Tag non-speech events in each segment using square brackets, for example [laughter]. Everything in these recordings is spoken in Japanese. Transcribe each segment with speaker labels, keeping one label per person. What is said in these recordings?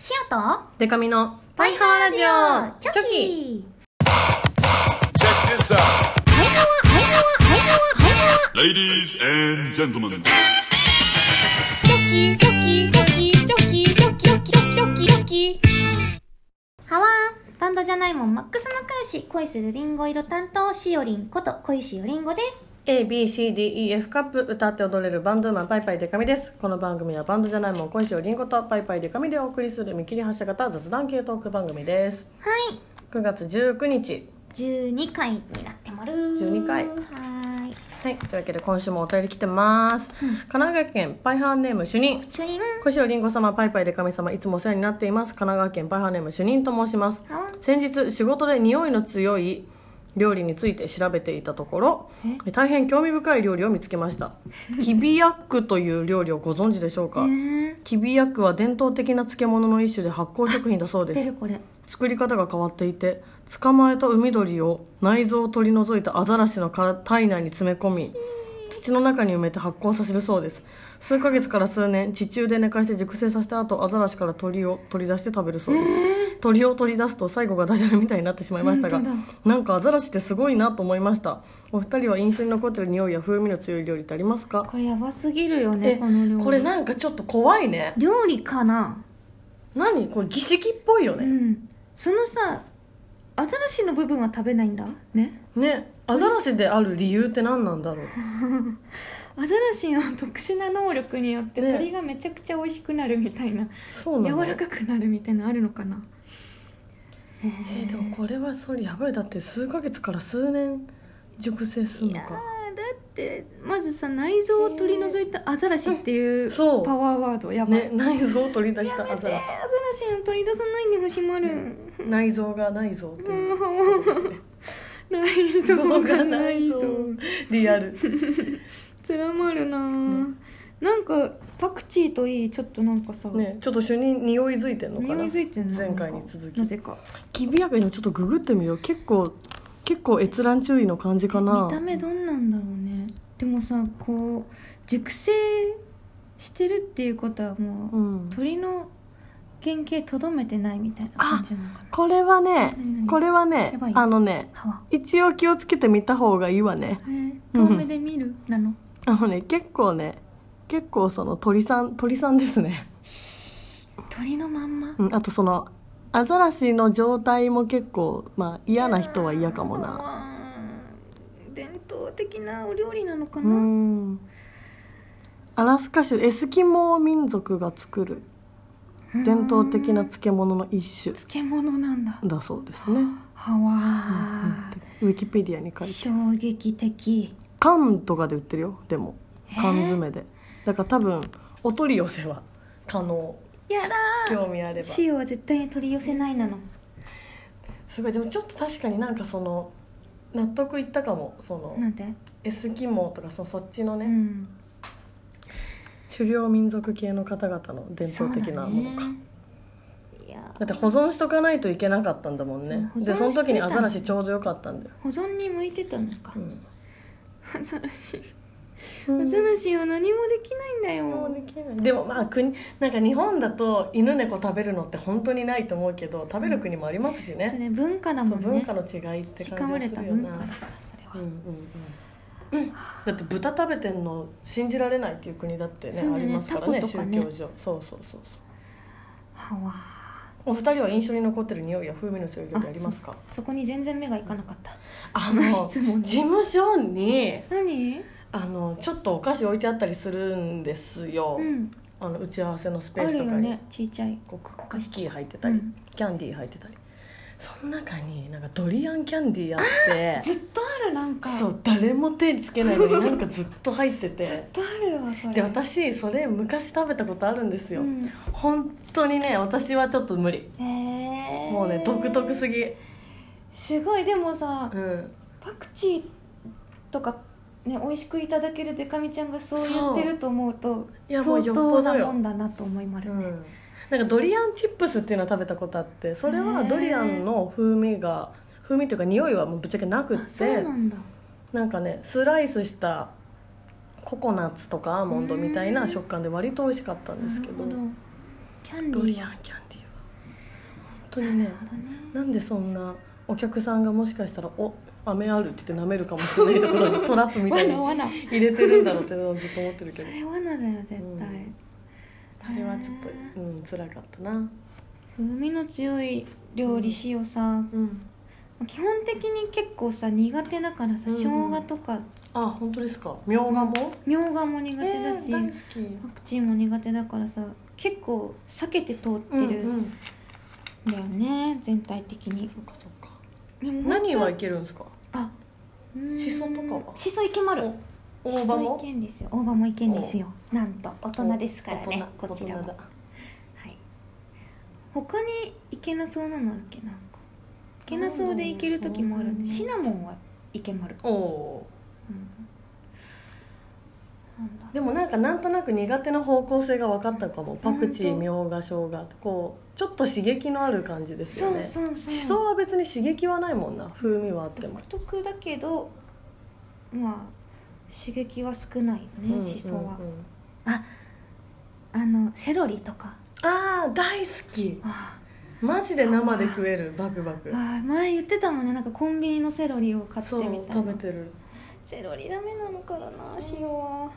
Speaker 1: シオと
Speaker 2: デカミの
Speaker 1: パイハワラジオチョキ
Speaker 3: Check this out.
Speaker 1: パイハワパイハワパイハワパイハ
Speaker 3: Ladies and gentlemen.
Speaker 2: チョキチョキチョキチョキチョキチョキチョキチョキ
Speaker 1: ワハワーバンドじゃないもんマックスの彼氏恋するリンゴ色担当シオリンこと恋しおりんごです
Speaker 2: ABCDEF カップ歌って踊れるバンドウーマンパイパイデカミですこの番組はバンドじゃないもん今週りんごとパイパイデカミでお送りする見切り発車型雑談系トーク番組です
Speaker 1: はい
Speaker 2: 9月19日
Speaker 1: 12回になってまる
Speaker 2: 12回
Speaker 1: はーい
Speaker 2: はいというわけで今週もお便り来てます、神奈川県パイハーネーム主任
Speaker 1: シオリン
Speaker 2: 小塩りんご様パイパイで神様いつもお世話になっています神奈川県パイハーネーム主任と申します
Speaker 1: ハワ
Speaker 2: 先日仕事で匂いの強い料理について調べていたところ大変興味深い料理を見つけましたキビヤックという料理をご存知でしょうか、
Speaker 1: え
Speaker 2: キビヤックは伝統的な漬物の一種で発酵食品だそう
Speaker 1: ー、
Speaker 2: で
Speaker 1: 出
Speaker 2: す
Speaker 1: るこれ
Speaker 2: 作り方が変わっていて捕まえた海鳥を内臓を取り除いたアザラシの体体内に詰め込み土の中に埋めて発酵させるそうです数ヶ月から数年地中で寝かして熟成させた後アザラシから鳥を取り出して食べるそうです鳥を取り出すと最後がダジャレみたいになってしまいましたが
Speaker 1: 本当だ
Speaker 2: なんかアザラシってすごいなと思いましたお二人は印象に残ってる匂いや風味の強い料理ってありますか
Speaker 1: これやばすぎるよね
Speaker 2: え
Speaker 1: この料理
Speaker 2: これなんかちょっと怖いね
Speaker 1: 料理かな
Speaker 2: 何これ儀式っぽいよ
Speaker 1: う
Speaker 2: ね、
Speaker 1: んそのさアザラシの部分は食べないんだね
Speaker 2: ねアザラシである理由って何なんだろう
Speaker 1: アザラシの特殊な能力によって
Speaker 2: ね
Speaker 1: 鳥がめちゃくちゃ美味しくなるみたいな、
Speaker 2: そうなの
Speaker 1: 柔らかくなるみたいなのあるのかな
Speaker 2: えーでもこれはそれやばいだって数ヶ月から数年熟成する
Speaker 1: い
Speaker 2: の
Speaker 1: やーだ
Speaker 2: か
Speaker 1: ってまずさ内臓を取り除いたアザラシっていう
Speaker 2: えそう
Speaker 1: パワーワードやばい、
Speaker 2: ね内臓を取り出したア
Speaker 1: やめて
Speaker 2: ザ
Speaker 1: アザ
Speaker 2: ラ
Speaker 1: ラ
Speaker 2: シ
Speaker 1: シを取り出さないでほしまる、
Speaker 2: 内臓が内臓っていう [laughs]
Speaker 1: もう [laughs] 内
Speaker 2: 内
Speaker 1: 臓
Speaker 2: 臓
Speaker 1: が
Speaker 2: が
Speaker 1: 内
Speaker 2: 内
Speaker 1: 臓
Speaker 2: 臓リアル
Speaker 1: つらまるなー、なんかパクチーといいちょっとなんかさ、
Speaker 2: ねちょっと主任匂いづいてんのかな
Speaker 1: 匂いづいてんの
Speaker 2: 前回に続き
Speaker 1: なぜか
Speaker 2: きびやかにちょっとググってみよう結構結構閲覧注意の感じかな
Speaker 1: 見た目どんなんだろうねでもさこう熟成してるっていうことはもう、
Speaker 2: うん
Speaker 1: 鳥の原型とどめてないみたいな感じなのかな
Speaker 2: これはね
Speaker 1: 何々
Speaker 2: これは
Speaker 1: や
Speaker 2: ね
Speaker 1: ばい
Speaker 2: あのね
Speaker 1: 歯は、
Speaker 2: 一応気をつけてみた方がいいわね
Speaker 1: えー、遠目で見るなの
Speaker 2: あのね結構ね結構その鳥さん鳥さんですね
Speaker 1: 鳥のまんま
Speaker 2: うん、あとそのアザラシの状態も結構、まあ、嫌な人は嫌かもな
Speaker 1: うーん伝統的なお料理なのか
Speaker 2: う
Speaker 1: な、
Speaker 2: んアラスカ州エスキモー民族が作る伝統的な漬物の一種
Speaker 1: 漬物なんだ
Speaker 2: だそうですね、
Speaker 1: 歯は、
Speaker 2: ウィキペディアに書いて
Speaker 1: 衝撃的
Speaker 2: 缶とかで売ってるよでも
Speaker 1: えー
Speaker 2: 缶詰で、だから多分お取り寄せは可能
Speaker 1: やだー
Speaker 2: 興味あれば
Speaker 1: 塩は絶対に取り寄せないなの
Speaker 2: すごいでもちょっと確かになんかその納得いったかもその
Speaker 1: なんで、
Speaker 2: エスキモーとかそのそっちのね、
Speaker 1: うん
Speaker 2: 狩猟民族系の方々の伝統的なものか
Speaker 1: そ
Speaker 2: だ,、
Speaker 1: うだねいや
Speaker 2: って保存しとかないといけなかったんだもんね
Speaker 1: そう
Speaker 2: で
Speaker 1: 保
Speaker 2: そ
Speaker 1: 存
Speaker 2: の
Speaker 1: してた
Speaker 2: 時にアザラシちょうどよかったんだよ、
Speaker 1: 保存に向いてたのか、 [laughs]
Speaker 2: うん
Speaker 1: アザラシ
Speaker 2: うん
Speaker 1: アザラシは何もできないんだ
Speaker 2: もう
Speaker 1: よ
Speaker 2: できないでもまあ国なんか日本だと犬猫食べるのって本当にないと思うけど食べる国もありますし
Speaker 1: そ
Speaker 2: ね,、
Speaker 1: れ文化だ
Speaker 2: そ
Speaker 1: も
Speaker 2: うん
Speaker 1: ね
Speaker 2: 文化の違いって
Speaker 1: 培わ
Speaker 2: 感
Speaker 1: れ
Speaker 2: じが
Speaker 1: た
Speaker 2: するよ
Speaker 1: 文化
Speaker 2: な
Speaker 1: だからそれは、
Speaker 2: うんうんうんうんだって豚食べてんの信じられないっていう国だってね
Speaker 1: そうだ
Speaker 2: あ
Speaker 1: ね
Speaker 2: りますからね
Speaker 1: タコとかね
Speaker 2: 宗教上そうそうそうそう
Speaker 1: はわ
Speaker 2: お二人は印象に残ってる匂いや風味の強い料理ありますか
Speaker 1: そそこに全然目がいかなかった
Speaker 2: あ
Speaker 1: の
Speaker 2: の
Speaker 1: 質問
Speaker 2: 事務所に
Speaker 1: 何
Speaker 2: あのちょっとお菓子置いてあったりするんですよ、
Speaker 1: うん
Speaker 2: あの打ち合わせのスペ
Speaker 1: あ
Speaker 2: ース
Speaker 1: る
Speaker 2: と
Speaker 1: よ
Speaker 2: かに、
Speaker 1: ねちいちゃい
Speaker 2: こうクッキー入ってたり、
Speaker 1: うん
Speaker 2: キャンディー入ってたりその中になんかドリアンキャンディーあって
Speaker 1: ずっとあるなんか
Speaker 2: そう誰も手つけないのになんかずっと入って
Speaker 1: ずってとあるわそれ
Speaker 2: で私それ昔食べたことあるんですよ、
Speaker 1: うん
Speaker 2: 本当にね私はちょっと無理
Speaker 1: へえ
Speaker 2: もうね独特すぎ
Speaker 1: すごいでもさ、
Speaker 2: うん
Speaker 1: パクチーとかね美味しくいただけるデカミちゃんがそう言ってると思うと
Speaker 2: いやも
Speaker 1: 相
Speaker 2: うよっぽ
Speaker 1: 当
Speaker 2: ど
Speaker 1: な
Speaker 2: よ
Speaker 1: もんだなと思いまる、
Speaker 2: うん、なんかドリアンチップスっていうのは食べたことあってそれはドリアンの風味が風味というか匂いはもうぶっちゃけなくっ
Speaker 1: あそう
Speaker 2: て
Speaker 1: なんだ
Speaker 2: なんかねスライスしたココナッツとかアーモンドみたいな食感で割と美味しかったんで
Speaker 1: な
Speaker 2: す
Speaker 1: る
Speaker 2: け
Speaker 1: ほ
Speaker 2: ど
Speaker 1: どキャンデ
Speaker 2: ド
Speaker 1: ィー
Speaker 2: リアンキャンディーは当にねなんでそんなお客さんがもしかしたら「お飴ある」って言って舐めるかもしれないところにトラップみたいに
Speaker 1: 罠罠
Speaker 2: 入れてるんだろうってずっと思ってる
Speaker 1: そ
Speaker 2: けど
Speaker 1: れ罠だよ絶対、
Speaker 2: うんあれはちょっとうん辛かったな
Speaker 1: 風味の強い料理しようさ、
Speaker 2: うん
Speaker 1: 基本的に結構さ苦手だからさ、
Speaker 2: うんうん
Speaker 1: 生姜とか
Speaker 2: あ本当ですかみょうがも
Speaker 1: みょうがも苦手だし、
Speaker 2: えー大好
Speaker 1: パクチーも苦手だからさ結構避けて通って
Speaker 2: きうん
Speaker 1: る
Speaker 2: うんん
Speaker 1: だよね、全体的に
Speaker 2: そっかそっか
Speaker 1: でも
Speaker 2: 何はい
Speaker 1: 本
Speaker 2: けるんですか
Speaker 1: 当あうーん
Speaker 2: しそとかは
Speaker 1: しそいけまる
Speaker 2: お大葉も
Speaker 1: しそいけんですよ大葉もいけんですよなんと大人ですからね
Speaker 2: 大
Speaker 1: こ
Speaker 2: 人
Speaker 1: ちら
Speaker 2: 大
Speaker 1: は
Speaker 2: 人だ
Speaker 1: はい他にいけなそうなのあるっけなんかいけなそうでいける時もあるね
Speaker 2: うん
Speaker 1: シナモンはいけまる、
Speaker 2: おお
Speaker 1: うん、なんだ
Speaker 2: ーでもなんかなんとなく苦手な方向性が分かったかもパクチ
Speaker 1: う
Speaker 2: ー
Speaker 1: ん
Speaker 2: みょうが生姜ってこうちょっと刺激のある感じですよ
Speaker 1: そう
Speaker 2: ね
Speaker 1: そうそう
Speaker 2: しそは別に刺激はないもんな風味はあっても
Speaker 1: 独特だけどまあ刺激は少ないよね、
Speaker 2: うん
Speaker 1: しそは、
Speaker 2: うんうん
Speaker 1: あのセロリとか
Speaker 2: ああ大好き
Speaker 1: あ
Speaker 2: マジで生で食えるバクバク
Speaker 1: ーあー前言ってたもんねなんかコンビニのセロリを買って
Speaker 2: そう
Speaker 1: みたいな
Speaker 2: 食べてる
Speaker 1: セロリダメなのからな塩は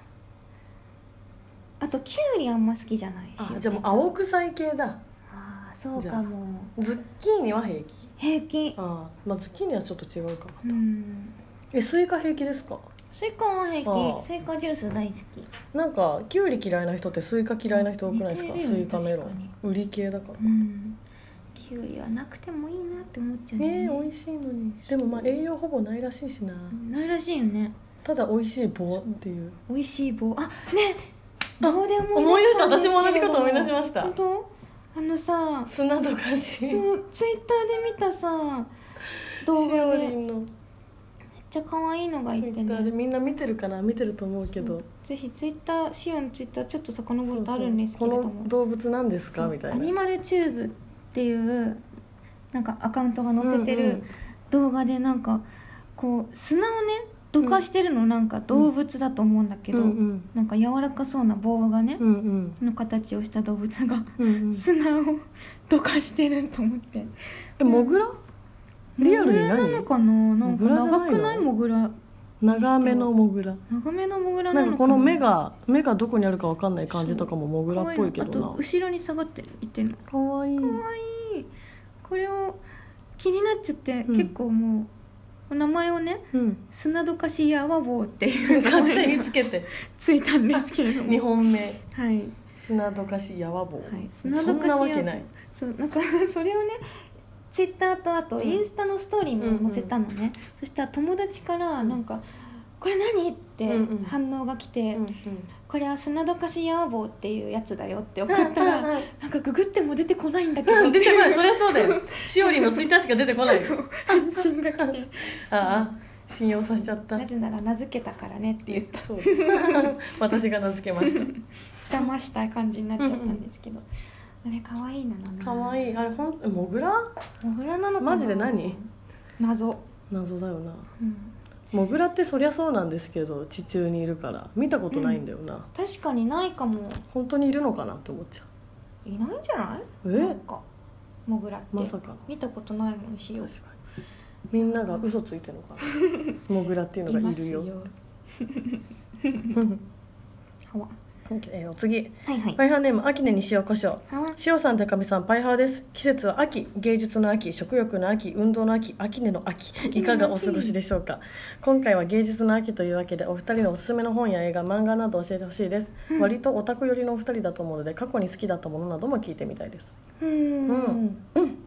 Speaker 1: あとキュウリあんま好きじゃないし
Speaker 2: あじゃあもう青臭い系だ
Speaker 1: ああそうかも
Speaker 2: ズッキーニは平気
Speaker 1: 平気
Speaker 2: ああまあズッキーニはちょっと違うかな
Speaker 1: うん
Speaker 2: えスイカ平気ですか
Speaker 1: スイカは
Speaker 2: あ
Speaker 1: 平
Speaker 2: ー
Speaker 1: 気スイカジュース大好き
Speaker 2: なんかキュウリ嫌いな人ってスイカ嫌いな人多くないですか、
Speaker 1: 似て
Speaker 2: ス
Speaker 1: るよね
Speaker 2: イカメロ
Speaker 1: 確か
Speaker 2: ン売り系だから
Speaker 1: うんキュウリはなくてもいいなって思っちゃうよ
Speaker 2: ねえ美味しいのにでもまあ栄養ほぼないらしいしな
Speaker 1: ないらしいよね
Speaker 2: ただ美味しい棒っていう
Speaker 1: 美味しい棒あね棒で
Speaker 2: 思
Speaker 1: 思
Speaker 2: い
Speaker 1: い出し
Speaker 2: 出し
Speaker 1: たたんです
Speaker 2: 私
Speaker 1: けれど
Speaker 2: も同じこと思い出しました
Speaker 1: 本当あのさ
Speaker 2: 砂とかしし
Speaker 1: そうツイッターで見たさ動
Speaker 2: お
Speaker 1: 画で
Speaker 2: り
Speaker 1: めっ
Speaker 2: んの
Speaker 1: ちゃ可愛いのが
Speaker 2: ツイ
Speaker 1: いて
Speaker 2: ッターで
Speaker 1: ね
Speaker 2: みんな見てるかな見てると思うけど
Speaker 1: ぜひツイッターシオンのツイッターちょっとさかのぼ
Speaker 2: そう
Speaker 1: る
Speaker 2: そ
Speaker 1: と
Speaker 2: う
Speaker 1: あるんですけ
Speaker 2: こ
Speaker 1: れど
Speaker 2: の
Speaker 1: も
Speaker 2: 動物なんですかみた
Speaker 1: ア
Speaker 2: い
Speaker 1: ニ
Speaker 2: な
Speaker 1: マルチューブっていうなんかアカウントが載せて
Speaker 2: うんう
Speaker 1: る
Speaker 2: ん
Speaker 1: 動画でなんかこう砂をねどかしてるのなんか動物だと思うんだけ
Speaker 2: う
Speaker 1: ど
Speaker 2: んうん
Speaker 1: なんか柔らかそうな棒がね
Speaker 2: うんうん
Speaker 1: の形をした動物が
Speaker 2: うんうん
Speaker 1: 砂をどかしてると思って
Speaker 2: えモグラリアルに
Speaker 1: モグラ
Speaker 2: 何
Speaker 1: なのかななんか
Speaker 2: モグラじゃない
Speaker 1: 長
Speaker 2: の
Speaker 1: くないモグラ
Speaker 2: 長めのモグラ
Speaker 1: 長めのモグラな
Speaker 2: な
Speaker 1: のか
Speaker 2: んかこの目が目がどこにあるかわかんない感じとかもモグラっぽいけ
Speaker 1: 可愛のあ
Speaker 2: ど
Speaker 1: と
Speaker 2: な
Speaker 1: 後ろに下がっていてるのか
Speaker 2: かわいい
Speaker 1: わいいこれを気になっちゃって、
Speaker 2: うん
Speaker 1: 結構もうお名前をね
Speaker 2: うん
Speaker 1: 砂どかしやわぼうっていう名
Speaker 2: 勝
Speaker 1: 前
Speaker 2: 手
Speaker 1: に
Speaker 2: につ
Speaker 1: [laughs]
Speaker 2: けて
Speaker 1: ついたんですけれ
Speaker 2: [laughs]
Speaker 1: ども
Speaker 2: 2本目
Speaker 1: はい
Speaker 2: 砂どかしやわ棒、
Speaker 1: はい
Speaker 2: そ
Speaker 1: 砂ど
Speaker 2: ん
Speaker 1: かしや
Speaker 2: なわけない
Speaker 1: そうなんかそれをねツイッターとあと
Speaker 2: うん
Speaker 1: インスタのストーリーも載せたのね、そしたら友達からなんか「これ何?」って
Speaker 2: うんうん
Speaker 1: 反応が来て「
Speaker 2: うんうん
Speaker 1: これは砂どかしヤーボーっていうやつだよ」って送ったら
Speaker 2: [laughs] うんうんうん
Speaker 1: なんかググっても出てこないんだけ
Speaker 2: う
Speaker 1: ど
Speaker 2: [laughs] ん出てこないそりゃそうだよしおりんのツイッターしか出てこないよ
Speaker 1: 安心が来て
Speaker 2: ああ信用させちゃった
Speaker 1: [laughs] なぜなら名付けたからねって言っ
Speaker 2: そう [laughs] 私が名付けました
Speaker 1: 騙した感じになっちゃったんですけど、あれ可愛いなの
Speaker 2: た
Speaker 1: ね
Speaker 2: かわいいあれほんモグラ
Speaker 1: モグラなのかな
Speaker 2: マジで何
Speaker 1: 謎、
Speaker 2: 謎だよな
Speaker 1: うん、
Speaker 2: モグラってそりゃそうなんですけど地中にいるから見たことないんだよな、
Speaker 1: 確かにないかも
Speaker 2: 本当にいるのかなって思っちゃ
Speaker 1: いないんじゃない
Speaker 2: え
Speaker 1: なんかモグラって、
Speaker 2: うまさかの
Speaker 1: 見たことないのにしよう
Speaker 2: 確かにみんなが嘘ついてるの [laughs] かなモグラっていうのがいるよ
Speaker 1: ますよはわ
Speaker 2: えーお次
Speaker 1: はいはい
Speaker 2: パイハーネーム秋根に塩コショウ
Speaker 1: はわ
Speaker 2: 塩さん高見さんパイハーです季節は秋芸術の秋食欲の秋運動の秋秋根の秋いかがお過ごしでしょうか今回は芸術の秋というわけでお二人のおすすめの本や映画漫画など教えてほしいです、割とオタク寄りのお二人だと思うので過去に好きだったものなども聞いてみたいです
Speaker 1: うーん
Speaker 2: うんうん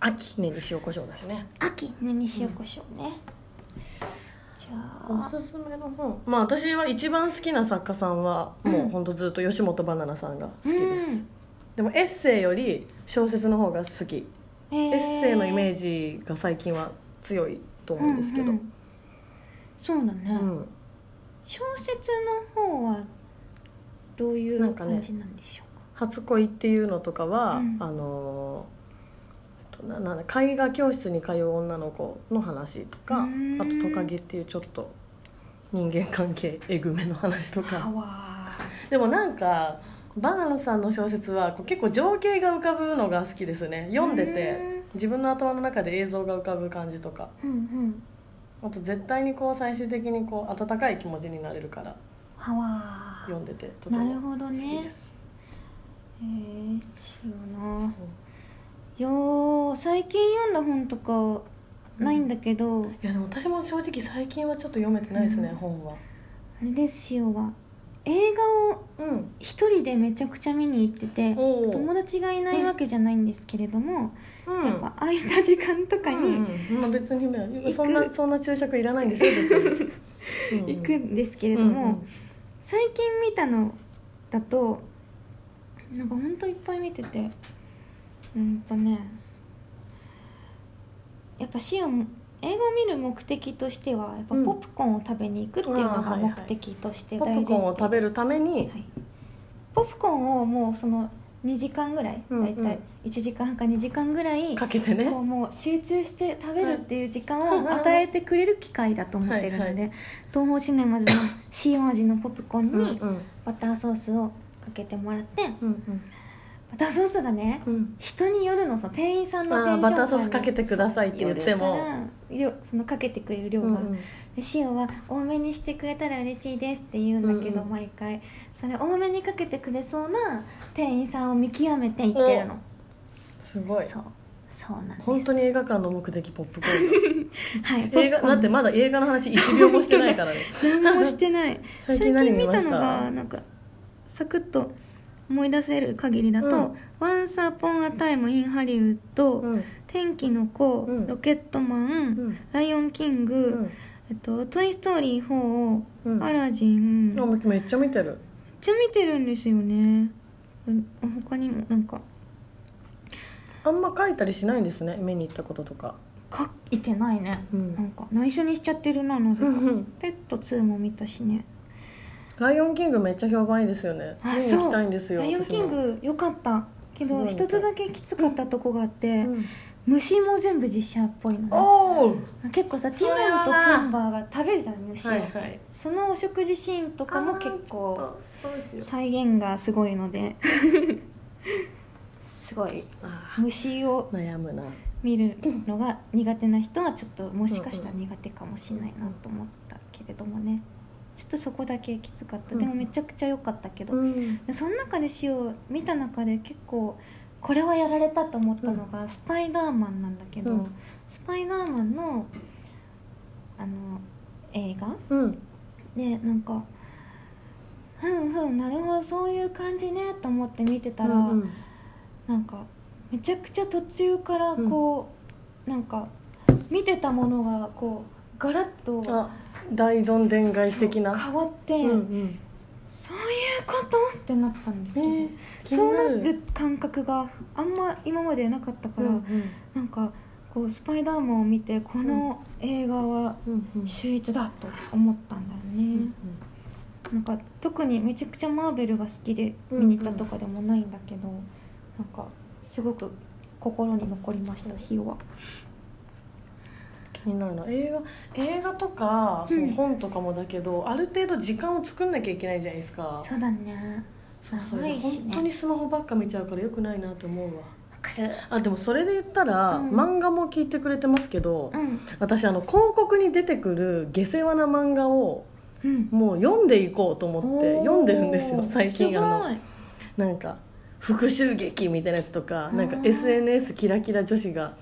Speaker 2: 秋根に塩コショウだしね
Speaker 1: 秋のに塩コショウね、じゃ
Speaker 2: お
Speaker 1: あ
Speaker 2: すすめの本まあ私は一番好きな作家さんはもうほんとずっと吉本ばななさんが好きです、
Speaker 1: うん
Speaker 2: でもエッセイより小説の方が好き
Speaker 1: エ
Speaker 2: エッセイのイメ
Speaker 1: ジ
Speaker 2: ージが最近は強いと思うんですけど、うん
Speaker 1: そうだね、小説の方はどういう
Speaker 2: なんかね
Speaker 1: 感じなんでしょう
Speaker 2: 初恋っていうのとかは、
Speaker 1: うん
Speaker 2: あのーえっとななんだ絵画教室に通う女の子の話と
Speaker 1: う
Speaker 2: かあ
Speaker 1: ん
Speaker 2: と「トカゲ」っていうちょっと人間関係えぐめの話と
Speaker 1: か、
Speaker 2: か
Speaker 1: はわ
Speaker 2: でもなんかバナナさんの小説はこう結構情景が浮かぶのが好きですね読んでて
Speaker 1: うん
Speaker 2: 自分の頭の中で映像が浮かぶ感じとか
Speaker 1: うんうん
Speaker 2: あと絶対にこう最終的にこう温かい気持ちになれるから
Speaker 1: はわー
Speaker 2: 読んでてとても
Speaker 1: なるほどね
Speaker 2: 好きです
Speaker 1: へえそうなよー最近読んだ本とかないんだけど、
Speaker 2: いやでも私も正直最近はちょっと読めてないですね、
Speaker 1: うん
Speaker 2: 本は
Speaker 1: あれですよは映画を
Speaker 2: うん
Speaker 1: 一人でめちゃくちゃ見に行ってて
Speaker 2: おー
Speaker 1: 友達がいないわけじゃないんですけれども、
Speaker 2: うん
Speaker 1: やっぱ空いた時間とか
Speaker 2: うん
Speaker 1: に
Speaker 2: うんまあ、別にね
Speaker 1: く
Speaker 2: そんなそんな注釈いらないんですよ [laughs] 別にうん
Speaker 1: 行くんですけれど
Speaker 2: うん
Speaker 1: も、最近見たのだとなんかほんといっぱい見ててうんとねやっぱシオン映画を見る目的としてはやっぱ
Speaker 2: うん
Speaker 1: ポップコーンを食べに行くっていうの
Speaker 2: あー
Speaker 1: が
Speaker 2: はいは
Speaker 1: 目
Speaker 2: い
Speaker 1: 的とし
Speaker 2: う
Speaker 1: て
Speaker 2: んポッ
Speaker 1: 大
Speaker 2: プ
Speaker 1: 事
Speaker 2: コーンを食べるために、
Speaker 1: はい、ポップコーンをもうその2時間ぐらい
Speaker 2: うんう
Speaker 1: 大
Speaker 2: ん
Speaker 1: 体1時間半か2時間ぐらい
Speaker 2: かけてね
Speaker 1: こうもう集中して食べるっていう時間
Speaker 2: はい
Speaker 1: を与えてくれる機会だと思ってるので、
Speaker 2: はいは
Speaker 1: 東宝シネマズの塩味のポップコーン
Speaker 2: うん
Speaker 1: に
Speaker 2: うん
Speaker 1: バターソースをかけてもらって
Speaker 2: うん
Speaker 1: バターソースがね
Speaker 2: うん
Speaker 1: 人によるのその店員さんのテンショ
Speaker 2: あー
Speaker 1: ン
Speaker 2: バターソースかけてくださいって言っても
Speaker 1: よるからよそのかけてくれる量
Speaker 2: う
Speaker 1: が、
Speaker 2: んうん
Speaker 1: で塩は多めにしてくれたら嬉しいですって言うんだけど、
Speaker 2: うんうん
Speaker 1: 毎回それ多めにかけてくれそうな店員さんを見極めていってるの
Speaker 2: すごい
Speaker 1: そうそうなんです
Speaker 2: 本当に映画館の目的ポップコ [laughs] ーン
Speaker 1: はい
Speaker 2: だ映画だってまだ映画の話1秒もしてない [laughs] からね
Speaker 1: 何もしてない
Speaker 2: [laughs] 最近何見ま
Speaker 1: 最
Speaker 2: し
Speaker 1: 近
Speaker 2: た
Speaker 1: 見たのがなんかサクッと思い出せる限りだと「Once Upon a Time in Hollywood」
Speaker 2: うん
Speaker 1: 天気の子」
Speaker 2: うん
Speaker 1: ロケットマン」
Speaker 2: うん
Speaker 1: ライオンキング」
Speaker 2: うん
Speaker 1: えっと「トイ・ストーリー4」
Speaker 2: うん
Speaker 1: アラジン」
Speaker 2: あめっちゃ見てる
Speaker 1: めっちゃ見てるんですよねうん他にもなんか
Speaker 2: あんま書いたりしないんですね目に行ったこととか
Speaker 1: 書いてないね、
Speaker 2: うん
Speaker 1: なんか内緒にしちゃってるななぜか
Speaker 2: うんうん
Speaker 1: ペット2も見たしね
Speaker 2: ライオンキングめっちゃ評判いいですよね見に行きたいんですよ
Speaker 1: ライオンキン
Speaker 2: 私も
Speaker 1: グ良かったけ
Speaker 2: すごい
Speaker 1: ど
Speaker 2: みたい
Speaker 1: 一つだけきつかったとこがあって、
Speaker 2: うん
Speaker 1: 虫も全部実写っぽいの、
Speaker 2: おお
Speaker 1: ね、結構さテ
Speaker 2: そ
Speaker 1: ィ
Speaker 2: れ
Speaker 1: モ
Speaker 2: は
Speaker 1: ン
Speaker 2: な
Speaker 1: とキンバーが食べるじゃん虫を、
Speaker 2: はいはい
Speaker 1: そのお食事シーンとかも結構
Speaker 2: そうですよ
Speaker 1: 再現がすごいので [laughs] すごい
Speaker 2: あ
Speaker 1: 虫を
Speaker 2: ー悩むな
Speaker 1: 見るのが苦手な人はちょっともしかしたら苦手かもしれないなと思ったけれどもねちょっとそこだけきつかったでもめちゃくちゃ良かったけど、
Speaker 2: ん
Speaker 1: その中で塩を見た中で結構これはやられたと思ったのがスパイダーマンなんだけど、
Speaker 2: うん
Speaker 1: スパイダーマンのあの映画
Speaker 2: うん
Speaker 1: でなんかふんふんなるほどそういう感じねと思って見てたら、
Speaker 2: うんうん
Speaker 1: なんかめちゃくちゃ途中からこう、なんか見てたものがこうガラッと
Speaker 2: あ大どんでん返し的な
Speaker 1: 変わって、
Speaker 2: うんうん
Speaker 1: そういうことってなったんですけど、
Speaker 2: えー気に
Speaker 1: そう
Speaker 2: なる
Speaker 1: なる感覚があんま今までなかったか
Speaker 2: う
Speaker 1: ら、
Speaker 2: んうん
Speaker 1: なんかこう「スパイダーマン」を見てこの映画は
Speaker 2: うんうん
Speaker 1: 秀逸だと思ったんだよね、なんか特にめちゃくちゃマーベルが好きで見に行ったとかでもないんだけど、なんかすごく心に残りました日は
Speaker 2: 気になるな映画映画とかそ
Speaker 1: うん
Speaker 2: の本とかもだけど、ある程度時間を作んなきゃいけないじゃないですか
Speaker 1: そうだね
Speaker 2: そう
Speaker 1: 長いし
Speaker 2: 本
Speaker 1: ね
Speaker 2: 当にスマホばっか見ちゃうからよくないなと思うわ
Speaker 1: わかる
Speaker 2: あでもそれで言ったら、
Speaker 1: うん
Speaker 2: 漫画も聞いてくれてますけど、
Speaker 1: うん
Speaker 2: 私あの広告に出てくる下世話な漫画を
Speaker 1: うん
Speaker 2: もう読んでいこうと思って
Speaker 1: おー
Speaker 2: 読んでるんですよ最近
Speaker 1: す
Speaker 2: あ
Speaker 1: ご
Speaker 2: の
Speaker 1: い
Speaker 2: なんか復讐劇みたいなやつとかなんか
Speaker 1: あー
Speaker 2: SNS キラキラ女子
Speaker 1: [laughs]
Speaker 2: が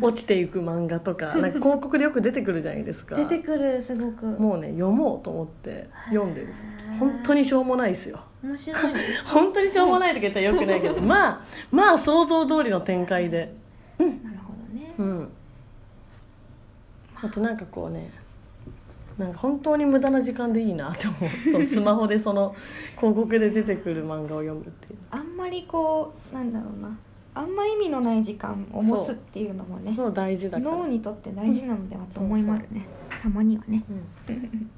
Speaker 2: 落ちていく漫画とかなんか広告でよく出てくるじゃないですか
Speaker 1: 出てくるすごく
Speaker 2: もうね読もうと思って読んでるんです本当にしょうもないですよ
Speaker 1: 面白い [laughs] ね
Speaker 2: 本当にしょうもないとか言ったらよくないけ [laughs] どまあまあ想像通りの展開で
Speaker 1: なるほどね
Speaker 2: うんあとなんかこうねなんか本当に無駄な時間でいいなと思 [laughs] うそのスマホでその広告で出てくる漫画を読むっていう
Speaker 1: あんまりこうなんだろうなあんま意味のない時間を持つっていうのもね
Speaker 2: そう大事だから、
Speaker 1: 脳にとって大事なのではと思いますねたまにはね
Speaker 2: うん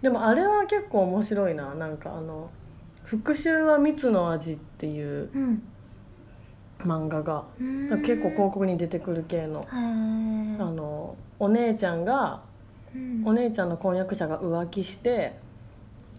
Speaker 2: でもあれは結構面白いななんかあの「復讐は蜜の味」っていう
Speaker 1: うん
Speaker 2: 漫画が
Speaker 1: うーん
Speaker 2: だから結構広告に出てくる系の
Speaker 1: は
Speaker 2: あ
Speaker 1: ーい
Speaker 2: のお姉ちゃんが
Speaker 1: うん
Speaker 2: お姉ちゃんの婚約者が浮気して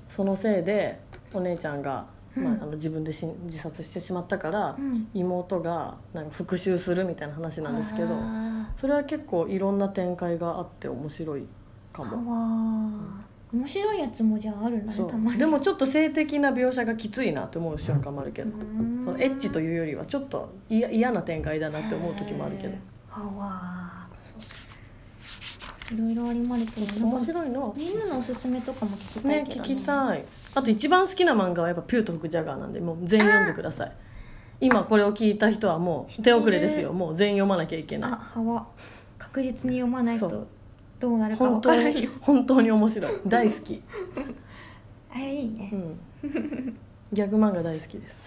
Speaker 2: そのせいでお姉ちゃんが
Speaker 1: うん
Speaker 2: まあ、あの自分でし自殺してしまったから、
Speaker 1: うん
Speaker 2: 妹がなんか復讐するみたいな話なんですけど
Speaker 1: あ
Speaker 2: それは結構いろんな展開があって面白いか
Speaker 1: ー
Speaker 2: も。
Speaker 1: あー面白いやつもじゃああるんだ
Speaker 2: そ
Speaker 1: ねたま
Speaker 2: う
Speaker 1: に
Speaker 2: でもちょっと性的な描写がきついなって思う瞬間もあるけど、
Speaker 1: うん
Speaker 2: そのエッチというよりはちょっといや嫌な展開だなって思う時もあるけど
Speaker 1: へーはわーいろいろありまるけどなんか
Speaker 2: 面白いのは
Speaker 1: みんなのおすすめとかも聞きたい
Speaker 2: ね
Speaker 1: けど
Speaker 2: 聞きたいあと一番好きな漫画はやっぱ「ピューと吹くジャガー」なんでもう全員読んでください今これを聞いた人はもう手遅れですよもう全員読まなきゃいけ
Speaker 1: あ
Speaker 2: な
Speaker 1: はわ確実に読まない
Speaker 2: そ
Speaker 1: と
Speaker 2: う
Speaker 1: どうないるかわ
Speaker 2: 本
Speaker 1: か
Speaker 2: 当
Speaker 1: らん
Speaker 2: に
Speaker 1: よ
Speaker 2: 本当に面白い大
Speaker 1: [laughs]
Speaker 2: 好き
Speaker 1: あれいいね
Speaker 2: う、んギャグ漫画大好きです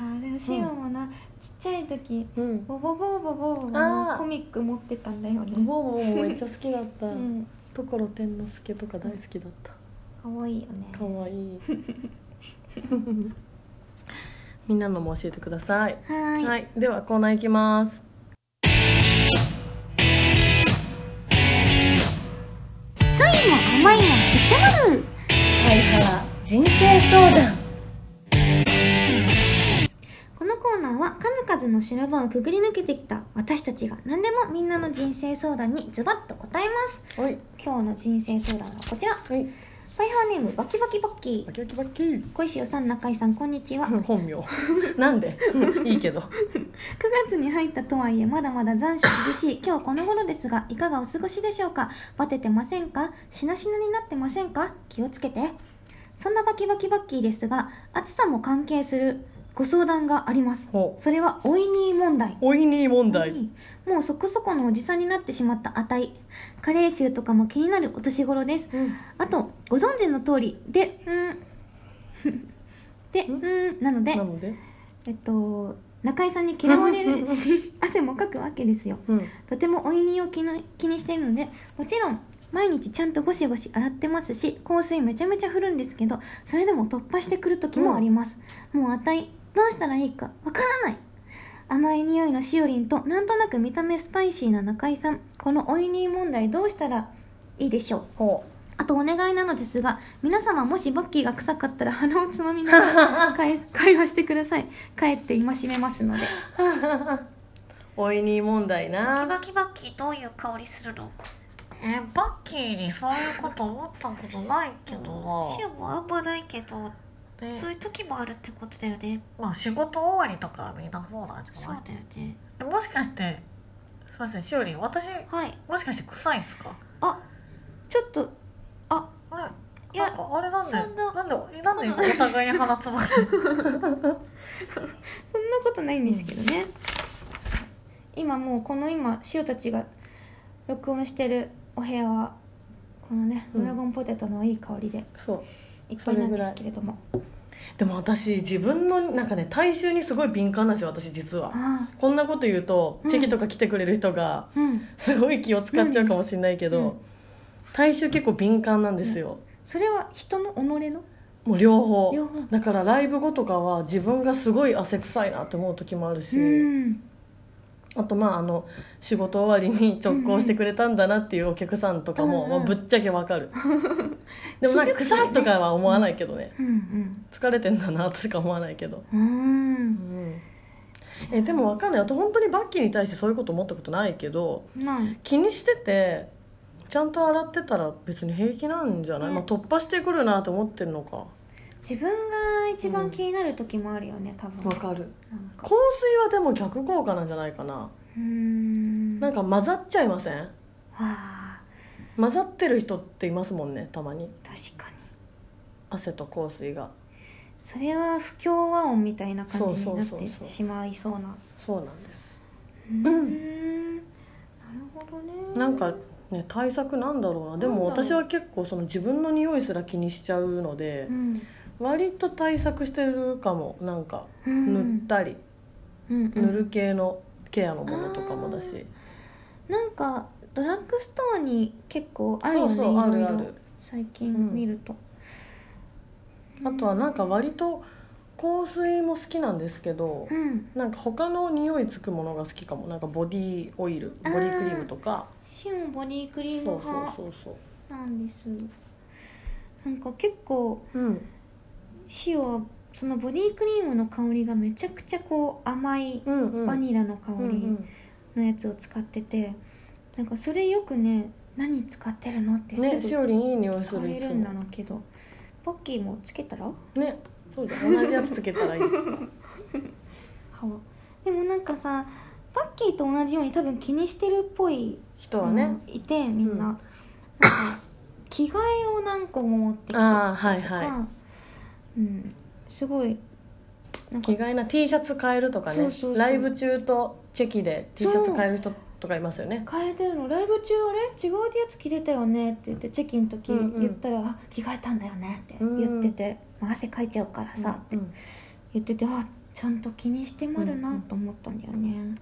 Speaker 1: あでもシオンもな、ちっちゃい時
Speaker 2: うん
Speaker 1: ボボボボボボ
Speaker 2: あー
Speaker 1: のコミック持ってたんだよね
Speaker 2: ボーボーもめっちゃ好きだった
Speaker 1: うん
Speaker 2: 所天之助とか大好きだった
Speaker 1: かわいいよね
Speaker 2: かわい [laughs] いみんなのも教えてください
Speaker 1: はーい
Speaker 2: はい、ではコーナー行きます。
Speaker 1: 酸いも甘いも知ってまる
Speaker 2: はいは人生相談。
Speaker 1: このコーナーは数々の修羅場をくぐり抜けてきた私たちが何でもみんなの人生相談にズバッと答えます
Speaker 2: はい、
Speaker 1: 今日の人生相談はこちら
Speaker 2: はい、
Speaker 1: パイハーネームバキバキバッキ
Speaker 2: バキバキバキ。
Speaker 1: ー小石尾さん中井さんこんにちは9
Speaker 2: 本名。なんで。いいけど。
Speaker 1: 月に入ったとはいえまだまだ残暑厳しい今日この頃ですがいかがお過ごしでしょうかバテてませんかしなしなになってませんか気をつけてそんなバキバキバッキーですが暑さも関係するご相談があります
Speaker 2: ほう。
Speaker 1: それはオイニー問題
Speaker 2: おいに問題。
Speaker 1: もうそこそこのおじさんになってしまったあたい加齢臭とかも気になるお年頃ですあとご存知の通りでうん [laughs] でうんなので
Speaker 2: なので。
Speaker 1: えっと中井さんに嫌われ
Speaker 2: [laughs]
Speaker 1: るし汗もかくわけですよ
Speaker 2: うん。
Speaker 1: とてもおいにを気に気にしているのでもちろん毎日ちゃんとゴシゴシ洗ってますし香水めちゃめちゃ振るんですけどそれでも突破してくる時もあります、もうあたいどうしたらいいかわからない甘い匂いのしおりんとなんとなく見た目スパイシーな中井さんこのおいに問題どうしたらいいでしょう
Speaker 2: ほ
Speaker 1: あとお願いなのですが皆様もしバッキーが臭かったら鼻をつまみながら会会話してください帰って戒めますので
Speaker 2: う。おいに問題な。
Speaker 1: バキバキどういう香りするの
Speaker 2: え、バッキーにそういうこと思ったことないけ
Speaker 1: シオもあんまないけどそういう時もあるってことだよね
Speaker 2: まあ、仕事終わりとか、みんなそうなんじ
Speaker 1: そうだよね
Speaker 2: い。もしかして。すみません、しおりん、私、
Speaker 1: はい
Speaker 2: もしかして臭いですか。
Speaker 1: あちょっとあ
Speaker 2: あ
Speaker 1: い
Speaker 2: れ。
Speaker 1: や
Speaker 2: なんかあれなんで
Speaker 1: そんな
Speaker 2: なんでなんでお互いに鼻つまる
Speaker 1: そんなことないんですけどね、今もうこの今シオたちが録音してるお部屋はこのね、
Speaker 2: うん
Speaker 1: ドラゴンポテトのいい香りで
Speaker 2: そう
Speaker 1: いっぱいなんですけれども
Speaker 2: でも私自分のなんかね体臭にすごい敏感なんですよ私実は
Speaker 1: あ
Speaker 2: こんなこと言うと、
Speaker 1: うん
Speaker 2: チェキとか来てくれる人が
Speaker 1: あうん
Speaker 2: すごい気を使っちゃうかもしれないけど、
Speaker 1: うんうん
Speaker 2: 体臭結構敏感なんですよ、
Speaker 1: それは人の己の
Speaker 2: もう両方
Speaker 1: 両方
Speaker 2: だからライブ後とかは自分がすごい汗臭いなって思う時もあるし、
Speaker 1: うん
Speaker 2: あとまああの仕事終わりに直行してくれたんだなっていうお客さんとかも、
Speaker 1: うん
Speaker 2: まあ、ぶっちゃけ
Speaker 1: [laughs]
Speaker 2: わかるでもなんか
Speaker 1: 気づくよね
Speaker 2: 臭っとかは思わないけどね、
Speaker 1: うん
Speaker 2: 疲れてんだなとしか思わないけど、
Speaker 1: うんうん
Speaker 2: えでもわかんないあと本当にバッキーに対してそういうこと思ったことないけど
Speaker 1: ない
Speaker 2: 気にしててちゃんと洗ってたら別に平気なんじゃない、
Speaker 1: ね
Speaker 2: まあ、突破してくるなと思ってるのか
Speaker 1: 自分が一番気になる時もあるよね多分なんか
Speaker 2: かる香水はでも逆効果なんじゃないかな、
Speaker 1: うーん
Speaker 2: なん
Speaker 1: か
Speaker 2: か混ざっちゃいません
Speaker 1: あ
Speaker 2: 混ざってる人っていますもんねたまに
Speaker 1: 確かに
Speaker 2: 汗と香水が
Speaker 1: それは不協和音みたいな感じになっ
Speaker 2: そうそうそうそ
Speaker 1: て
Speaker 2: う
Speaker 1: しまいそうな
Speaker 2: そうなんです
Speaker 1: うん
Speaker 2: ん
Speaker 1: なるほどね
Speaker 2: なんかね対策なんだろうなでも
Speaker 1: なんだろう
Speaker 2: 私は結構その自分の匂いすら気にしちゃうので、
Speaker 1: うん
Speaker 2: 割と対策してるかもなんか
Speaker 1: うん
Speaker 2: 塗ったり、
Speaker 1: うんうん
Speaker 2: 塗る系のケアのものとかもだし、
Speaker 1: なんかドラッグストアに結構あるよね
Speaker 2: そうそうあ
Speaker 1: い
Speaker 2: る
Speaker 1: ろ
Speaker 2: あ
Speaker 1: いろ
Speaker 2: る
Speaker 1: 最
Speaker 2: うん
Speaker 1: 近見ると、
Speaker 2: あとはなんか割と香水も好きなんですけど、
Speaker 1: うん
Speaker 2: なんか他の匂いつくものが好きかもなんかボディオイルボディクリームとか
Speaker 1: シオンボディク
Speaker 2: そ
Speaker 1: リ
Speaker 2: う
Speaker 1: ー
Speaker 2: そ
Speaker 1: ム
Speaker 2: う
Speaker 1: 派
Speaker 2: そうそ
Speaker 1: なんですなんか結構
Speaker 2: ううん
Speaker 1: 塩そのボディクリームの香りがめちゃくちゃこう甘い
Speaker 2: うんうん
Speaker 1: バニラの香
Speaker 2: うんう
Speaker 1: り
Speaker 2: ん
Speaker 1: のやつを使っててなんかそれよくね何使ってるのってす
Speaker 2: ね
Speaker 1: ぐ
Speaker 2: し
Speaker 1: 聞
Speaker 2: おりんいい匂いす
Speaker 1: か
Speaker 2: るい
Speaker 1: れ
Speaker 2: つ
Speaker 1: るんだ
Speaker 2: も
Speaker 1: ろうけどポッキーもつけたら
Speaker 2: ねそうだ同じやつつけた [laughs] らいい
Speaker 1: 歯をでもなんかさパッキーと同じように多分気にしてるっぽい
Speaker 2: 人はね
Speaker 1: そのいてみんな,、
Speaker 2: う
Speaker 1: なんんか着替えを何個も持ってきてとか、
Speaker 2: ああはいは
Speaker 1: うん、すごいなん
Speaker 2: い
Speaker 1: か
Speaker 2: 着替えな T シャツ変えるとかね
Speaker 1: そうそうそう
Speaker 2: ライブ中とチェキで T シャツ変える人とかいますよね
Speaker 1: 変えてるのライブ中あれ違うやつ着てたよねって言ってチェキの時
Speaker 2: うんうん
Speaker 1: 言ったら「あ着替えたんだよね」って言ってて「まあ汗かいちゃうからさ」って
Speaker 2: うん
Speaker 1: 言っててあちゃんと気にしてまるなと思ったんだよね、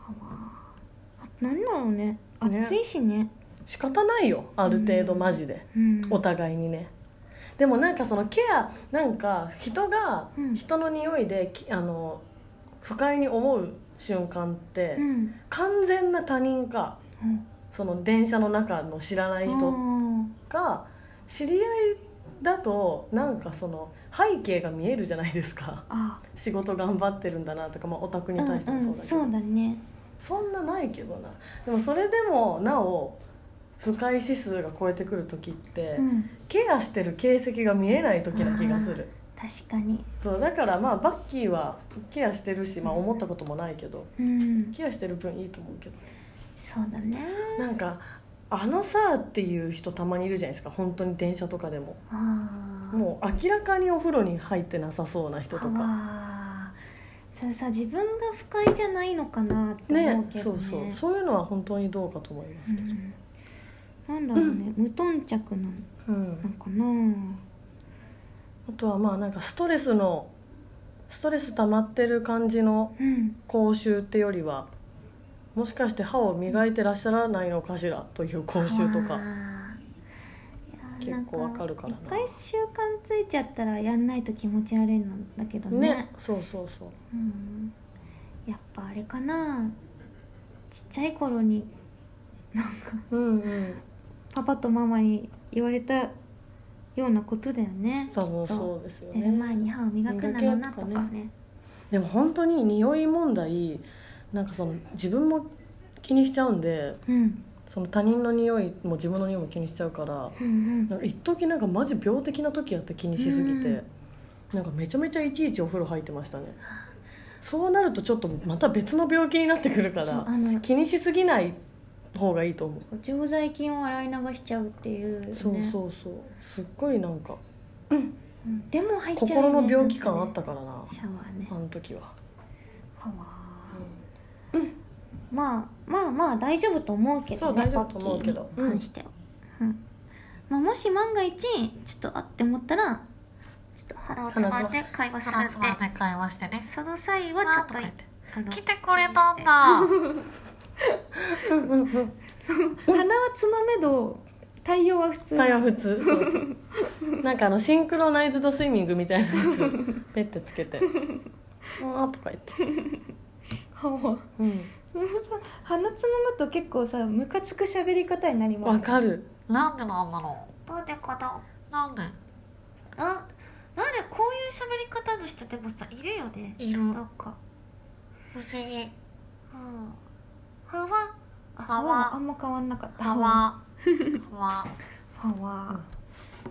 Speaker 1: あわあ何だろうね
Speaker 2: ね
Speaker 1: 暑いしね
Speaker 2: 仕方ないよある程度マジで、
Speaker 1: うん
Speaker 2: お互いにねでもなんかそのケアなんか人が
Speaker 1: うん
Speaker 2: 人の匂いで、きあの不快に思う瞬間って、
Speaker 1: うん
Speaker 2: 完全な他人か
Speaker 1: うん
Speaker 2: その電車の中の知らない
Speaker 1: あ
Speaker 2: 人が知り合いだとなんかその背景が見えるじゃないですか [laughs]
Speaker 1: あ
Speaker 2: 仕事頑張ってるんだなとか、まあ、オタクに対してもそうだけど、
Speaker 1: んん、そうだね
Speaker 2: そんなないけどなでもそれでもなお不快指数が超えてくる時って、
Speaker 1: うん
Speaker 2: ケアしてる形跡が見えない時な気がする
Speaker 1: 確かに
Speaker 2: そうだからまあバッキーはケアしてるし、まあ、思ったこともないけど
Speaker 1: うん
Speaker 2: ケアしてる分いいと思うけど
Speaker 1: そうだね
Speaker 2: なんかあのさっていう人たまにいるじゃないですか本当に電車とかでも
Speaker 1: ああ
Speaker 2: もう明らかにお風呂に入ってなさそうな人とか
Speaker 1: あそれさ自分が不快じゃないのかなって思
Speaker 2: ね
Speaker 1: うけ
Speaker 2: そ
Speaker 1: ど
Speaker 2: う
Speaker 1: ね
Speaker 2: そうそういうのは本当にどうかと思います
Speaker 1: う
Speaker 2: けど
Speaker 1: んなんだろうね、無頓着な
Speaker 2: うん
Speaker 1: のかな
Speaker 2: あとはまあなんかストレスのストレス溜まってる感じの
Speaker 1: うん
Speaker 2: 口臭ってよりはもしかして歯を磨いてらっしゃらないのかしらという口臭と
Speaker 1: あ
Speaker 2: か
Speaker 1: ーいやー
Speaker 2: 結構わかるからな
Speaker 1: なんか一回習慣ついちゃったらやんないと気持ち悪いのだけどね
Speaker 2: ねそうそうそう
Speaker 1: うん、やっぱあれかなちっちゃい頃に
Speaker 2: うんうん
Speaker 1: パパとママに言われたようなことだよね
Speaker 2: 多分
Speaker 1: きっと
Speaker 2: そうですよ
Speaker 1: 寝る前
Speaker 2: ね
Speaker 1: に歯を磨くなのなとか
Speaker 2: 磨けとか
Speaker 1: ね
Speaker 2: でも本当に匂い問題なんかその自分も気にしちゃうんで
Speaker 1: うん
Speaker 2: その他人の匂いも自分の匂いも気にしちゃうから
Speaker 1: うんうん
Speaker 2: なんか一時なんかマジ病的な時やって気にしすぎて、
Speaker 1: うん
Speaker 2: なんかめちゃめちゃいちいちお風呂入ってましたねそうなるとちょっとまた別の病気になってくるか
Speaker 1: そう
Speaker 2: ら
Speaker 1: あの
Speaker 2: 気にしすぎない方がいいと思う
Speaker 1: 常在菌を洗い流しちゃうっていう、ね、
Speaker 2: そうそうそうすっごいなんか
Speaker 1: うんでも入っちゃうよね、
Speaker 2: 心の病気感あったたからな
Speaker 1: シャワーね
Speaker 2: あの時は
Speaker 1: はわーまあまあまあ大丈夫と思うけどね
Speaker 2: そう大丈夫と思うけど
Speaker 1: パッキーに関しては、うんまあ、もし万が一ちょっとあって思ったらちょっと鼻をつまんで会話するんで
Speaker 2: 会話して
Speaker 1: [laughs]
Speaker 2: ね
Speaker 1: その際はちょっと
Speaker 2: わーとか言って
Speaker 1: あの [laughs] 気にして
Speaker 2: だ
Speaker 1: 鼻はつまめど対応は普通
Speaker 2: 会話普通そうそうなんかあのシンクロナイズドスイミングみたいなやつペッてつけて
Speaker 1: [laughs]
Speaker 2: 「あ」とか言って
Speaker 1: はわ
Speaker 2: うん
Speaker 1: [laughs] 鼻つまむと結構さムカつく喋り方になります
Speaker 2: わかる
Speaker 4: なんでなんだろ
Speaker 1: なんでかな
Speaker 4: うなんで
Speaker 1: あなんでこういう喋り方の人でもさいるよね
Speaker 4: いる
Speaker 1: なんか
Speaker 4: 不思
Speaker 1: [laughs]
Speaker 4: 議
Speaker 1: うんはわあ
Speaker 4: はわ
Speaker 1: あんま変わんなかった
Speaker 4: はわはわ
Speaker 1: はわ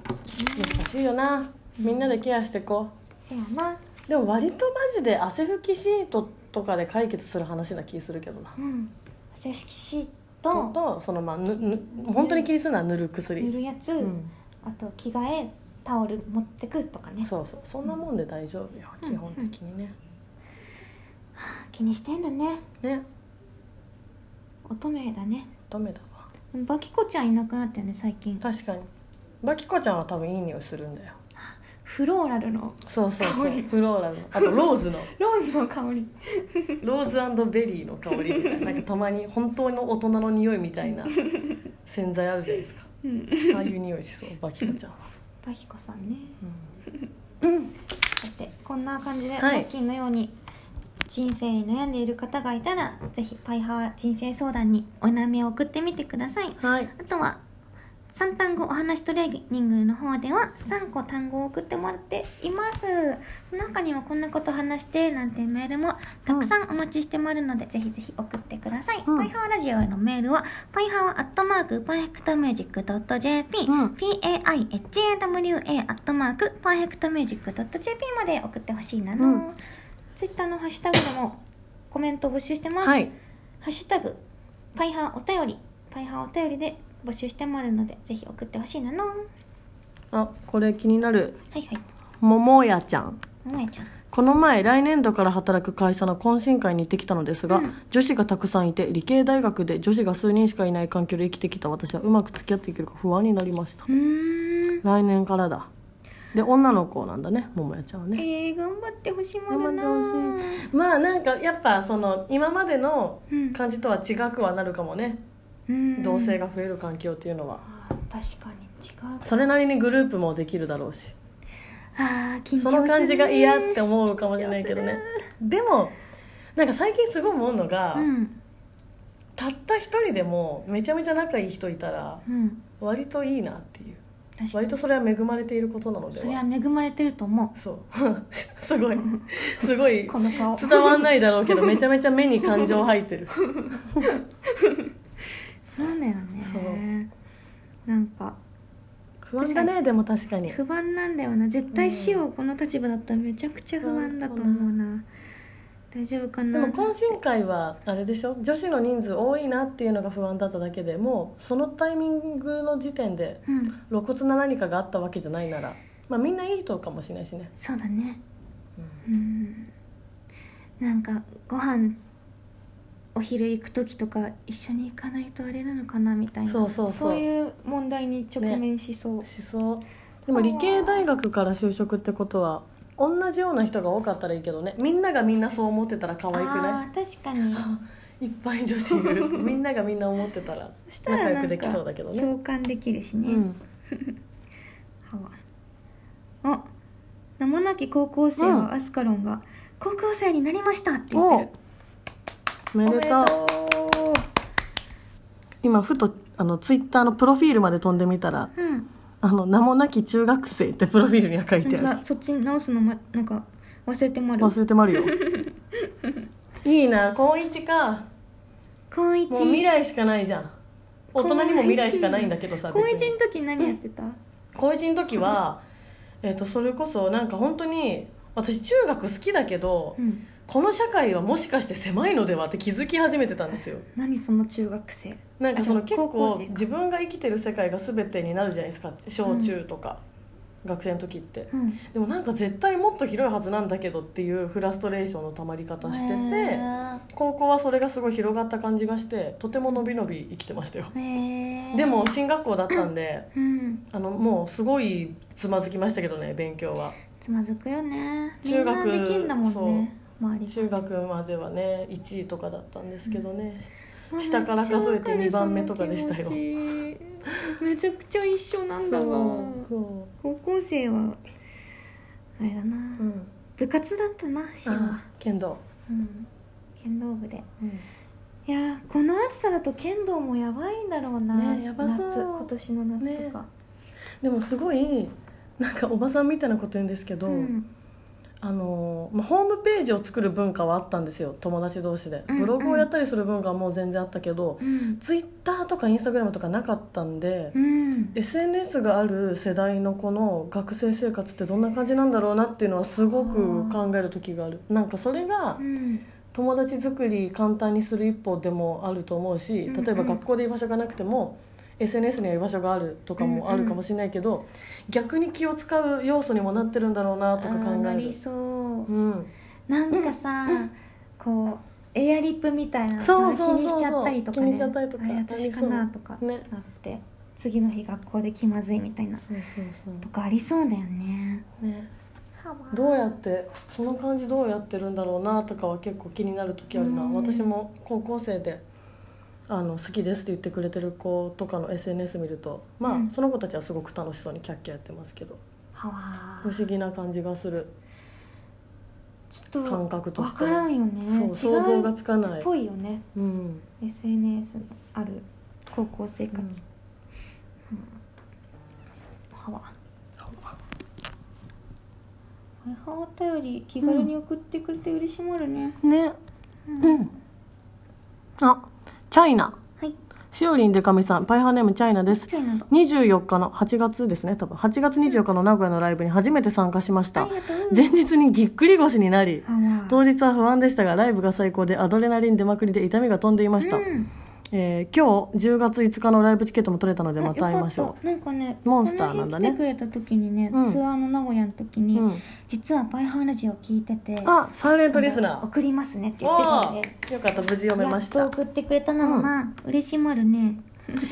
Speaker 2: 難しいよなみんなでケアしてこ
Speaker 1: せやな
Speaker 2: うでも割とマジで汗拭きシートとかで解決する話な気するけどな
Speaker 1: うん正式シー
Speaker 2: と
Speaker 1: ト
Speaker 2: とそのまあぬぬ本当に気にするのは塗る薬
Speaker 1: 塗るやつ、
Speaker 2: うん、
Speaker 1: あと着替えタオル持ってくとかね
Speaker 2: そうそうそんなもんで大丈夫よ、
Speaker 1: うん
Speaker 2: 基本的にね
Speaker 1: 気にしてんだね
Speaker 2: ね
Speaker 1: 乙女だね
Speaker 2: ダメだわ
Speaker 1: バキコちゃんいなくなったよね最近
Speaker 2: 確かにバキコちゃんは多分いい匂いするんだよ
Speaker 1: フローラルの
Speaker 2: そうそうそ
Speaker 1: 香
Speaker 2: う
Speaker 1: り
Speaker 2: フローラルのあとローズの
Speaker 1: ローズの香り
Speaker 2: ローズベリーの香りみたいななんかたまに本当の大人の匂いみたいな洗剤あるじゃないですか
Speaker 1: うん
Speaker 2: ああいう匂いしそうバキコちゃんは、
Speaker 1: バキコさんね
Speaker 2: うん
Speaker 1: さてこんな感じで
Speaker 2: は
Speaker 1: マ
Speaker 2: い
Speaker 1: ッキーのように人生に悩んでいる方がいたらぜひパイハー人生相談にお悩みを送ってみてください
Speaker 2: はい
Speaker 1: あとは3単語お話トレーニングの方では3個単語を送ってもらっていますその他にもこんなこと話してなんてメールもたくさんお待ちしてもらうので、ぜひぜひ送ってください、
Speaker 2: うん
Speaker 1: パイハワラジオへのメールはパイハワアットマークパーフェクトミュージックドット JP、
Speaker 2: うん
Speaker 1: PAIHAWA アットマークパーフェクトミュージックドット JP まで送ってほしいなの、
Speaker 2: うん
Speaker 1: ツイッターのハッシュタグでもコメント募集してます、
Speaker 2: はい
Speaker 1: ハッシュタグ、パイハーお便り、パイハーお便りで募集してもらうので、ぜひ送ってほしいなの。は
Speaker 2: あこれ気になる
Speaker 1: いはい、
Speaker 2: 桃やちゃん
Speaker 1: ももやちゃん。
Speaker 2: この前来年度から働く会社の懇親会に行ってきたのですが、
Speaker 1: うん
Speaker 2: 女子がたくさんいて理系大学で女子が数人しかいない環境で生きてきた私はうまく付き合っていけるか不安になりました、
Speaker 1: うーん。
Speaker 2: 来年からだで女の子なんだね桃やちゃんは
Speaker 1: え
Speaker 2: ね
Speaker 1: ー、頑張ってほしいものな。
Speaker 2: 頑張ってほまあなんかやっぱその今までの
Speaker 1: うん
Speaker 2: 感じとは違くはなるかもね、
Speaker 1: うん
Speaker 2: 同性。が増える環境っていうのは
Speaker 1: あー確かに違う。
Speaker 2: それなりにグループもできるだろうし
Speaker 1: ああ、緊張する。
Speaker 2: その感じが嫌って思うかもしれないけど
Speaker 1: 緊
Speaker 2: ね
Speaker 1: 張
Speaker 2: でもなんか最近すごい思うのが、
Speaker 1: する。うん。
Speaker 2: たった一人でもめちゃめちゃ仲いい人いたら
Speaker 1: うん。
Speaker 2: 割といいなっていう
Speaker 1: 確か
Speaker 2: 割
Speaker 1: に。
Speaker 2: とそれは恵まれていることなので
Speaker 1: それは
Speaker 2: は
Speaker 1: 恵まれてると思。
Speaker 2: そう [laughs] す [laughs] ごいすごいう
Speaker 1: この顔。
Speaker 2: 伝わんないだろうけどめちゃめちゃ目に感情入 [laughs] ってる
Speaker 1: そうだよ
Speaker 2: そ
Speaker 1: ね。なんか
Speaker 2: 不安だねでも確かに
Speaker 1: 不安なんだよな絶対死をこの立場だったらめちゃくちゃ不安だと思うな、大丈夫か
Speaker 2: で
Speaker 1: な
Speaker 2: も懇親会はあれでしょ女子の人数多いなっていうのが不安だっただけでもうそのタイミングの時点で
Speaker 1: うん
Speaker 2: 露骨な何かがあったわけじゃないなら、まあ、みんないい人かもしれないしね、
Speaker 1: そうだね
Speaker 2: うん
Speaker 1: うんなんかご飯お昼行く時とか一緒に行かないとあれなのかなみたいな
Speaker 2: そうそうそう
Speaker 1: いう問題に直面しそう、
Speaker 2: しそうでも理系大学から就職ってことは同じような人が多かったらいいけどねみんながみんなそう思ってたら可
Speaker 1: あ
Speaker 2: 愛くない
Speaker 1: あー確か
Speaker 2: [laughs]
Speaker 1: に
Speaker 2: いっぱい女子い
Speaker 1: [laughs]
Speaker 2: るみんながみんな思ってたら
Speaker 1: そしたら
Speaker 2: 仲良
Speaker 1: な
Speaker 2: く
Speaker 1: ん
Speaker 2: でき
Speaker 1: か
Speaker 2: そうだけどね
Speaker 1: 共感できるし
Speaker 2: う
Speaker 1: ね、
Speaker 2: ん
Speaker 1: ハワイお名もなき高校生
Speaker 2: うん
Speaker 1: はアスカロンが「高校生になりました」って言って
Speaker 2: お
Speaker 1: る
Speaker 2: めでとう
Speaker 1: う
Speaker 2: 今ふとあのツイッターのプロフィールまで飛んでみたら
Speaker 1: うん
Speaker 2: 「あの名もなき中学生」ってプロフィールには書いてある
Speaker 1: なそっちに直すの、ま、なんか忘れてもらう
Speaker 2: 忘れて
Speaker 1: [laughs]
Speaker 2: まるよいいな高一か
Speaker 1: 高一
Speaker 2: もう未来しかないじゃん大人にも未来しかないんだけどさ
Speaker 1: 高
Speaker 2: 別
Speaker 1: 一
Speaker 2: に
Speaker 1: の時何やってた、
Speaker 2: 高一の時は、えっとそれこそなんか本当に私中学好きだけど、
Speaker 1: うん
Speaker 2: この社会はもしかして狭いのではって気づき始めてたんですよ
Speaker 1: 何その中学生
Speaker 2: なんかその
Speaker 1: あ
Speaker 2: 結
Speaker 1: じゃあ高校
Speaker 2: 構
Speaker 1: 生か
Speaker 2: 自分が生きてる世界が全てになるじゃないですか小中とか、学生の時って
Speaker 1: うん
Speaker 2: でもなんか絶対もっと広いはずなんだけどっていうフラストレーションのたまり方してて、高校はそれがすごい広がった感じがしてとても伸び伸び生きてましたよ
Speaker 1: へえ
Speaker 2: でも進学校だったんで
Speaker 1: うん
Speaker 2: あのもうすごいつまずきましたけどね勉強は
Speaker 1: つまずくよねみ
Speaker 2: 中
Speaker 1: ん
Speaker 2: 学
Speaker 1: なできんだもんね周り
Speaker 2: 中学まではね1位とかだったんですけどね、
Speaker 1: が
Speaker 2: 下から数えて二番目とかでしたよ
Speaker 1: めっちゃわかる
Speaker 2: [laughs]
Speaker 1: その気持ちめちゃくちゃ一緒なんだわ
Speaker 2: そ
Speaker 1: 高校生はあれだな、
Speaker 2: う、うん、
Speaker 1: 部活だったなしは
Speaker 2: あ剣道、
Speaker 1: うん剣道部で
Speaker 2: うん
Speaker 1: いやーこの暑さだと剣道もやばいんだろうな、
Speaker 2: ねやばそう
Speaker 1: 夏今年の夏とか、
Speaker 2: でもすごいなんかおばさんみたいなこと言うんですけど、
Speaker 1: うん
Speaker 2: あのまあホームページを作る文化はあったんですよ友達同士で
Speaker 1: うんうん
Speaker 2: ブログをやったりする文化はもう全然あったけど、
Speaker 1: うん、
Speaker 2: ツイッターとかインスタグラムとかなかったんで、
Speaker 1: うん、
Speaker 2: SNS がある世代の子の学生生活ってどんな感じなんだろうなっていうのはすごく考える時があるなんかそれが
Speaker 1: うん
Speaker 2: 友達作り簡単にする一歩でもあると思うし
Speaker 1: うんうん
Speaker 2: 例えば学校で居場所がなくても SNS には居場所があるとかもあるかもしれないけど、逆に気を使う要素にもなってるんだろうなと
Speaker 1: あ
Speaker 2: か
Speaker 1: ー
Speaker 2: 考
Speaker 1: な
Speaker 2: え
Speaker 1: り
Speaker 2: る
Speaker 1: そううんなんかさ、こうエアリップみたいなの
Speaker 2: そうそうそう
Speaker 1: 気にしちゃったりとか、ね、
Speaker 2: 気にしちゃったりとか
Speaker 1: あれ私かな
Speaker 2: あり
Speaker 1: とか
Speaker 2: ね
Speaker 1: なって、次の日学校で気まずいみたいな
Speaker 2: そうそう
Speaker 1: と
Speaker 2: そ
Speaker 1: かありそうだよね
Speaker 2: うねどうやってその感じどうやってるんだろうなとかは結構気になる時あるな、
Speaker 1: うん
Speaker 2: 私も高校生であの好きですって言ってくれてる子とかの SNS 見るとまあ、
Speaker 1: うん
Speaker 2: その子たちはすごく楽しそうにキャッキャやってますけど
Speaker 1: はわ
Speaker 2: 不思議な感じがする
Speaker 1: ちょっと
Speaker 2: 感覚と
Speaker 1: わ
Speaker 2: して
Speaker 1: からんよね
Speaker 2: そう想像がつかな
Speaker 1: 違うっ
Speaker 2: い、
Speaker 1: ぽいよね
Speaker 2: うん、
Speaker 1: SNS のある高校生活、
Speaker 2: う
Speaker 1: うんんハワハワハワお便り気軽に送ってくれて嬉しまるね、
Speaker 2: ねうんあチャイナ
Speaker 1: はい
Speaker 2: しおりんでかみさんパイハーネームチャイナです
Speaker 1: チャイナだ
Speaker 2: 24日の8月ですね多分8月24日の名古屋のライブに初めて参加しまし
Speaker 1: あ
Speaker 2: た
Speaker 1: りがとう
Speaker 2: 前日にぎっくり腰になり
Speaker 1: ハワ
Speaker 2: 当日は不安でしたがライブが最高でアドレナリン出まくりで痛みが飛んでいました、
Speaker 1: うん
Speaker 2: えー今日10月5日のライブチケットも取れたのでまた会いまし
Speaker 1: よ
Speaker 2: ょ
Speaker 1: かったなんかね
Speaker 2: モンスターなんだね
Speaker 1: この日来てくれた時にね、
Speaker 2: うん
Speaker 1: ツアーの名古屋の時
Speaker 2: う、
Speaker 1: に、
Speaker 2: うん、
Speaker 1: 実はパイハーラジオ聞いてて
Speaker 2: あサイレントリスナー
Speaker 1: 送りますねって言ってたん
Speaker 2: お
Speaker 1: で
Speaker 2: ーよかった無事読め
Speaker 1: や
Speaker 2: ま
Speaker 1: っ
Speaker 2: し
Speaker 1: と
Speaker 2: た
Speaker 1: 送ってくれたなのな、嬉しいまるね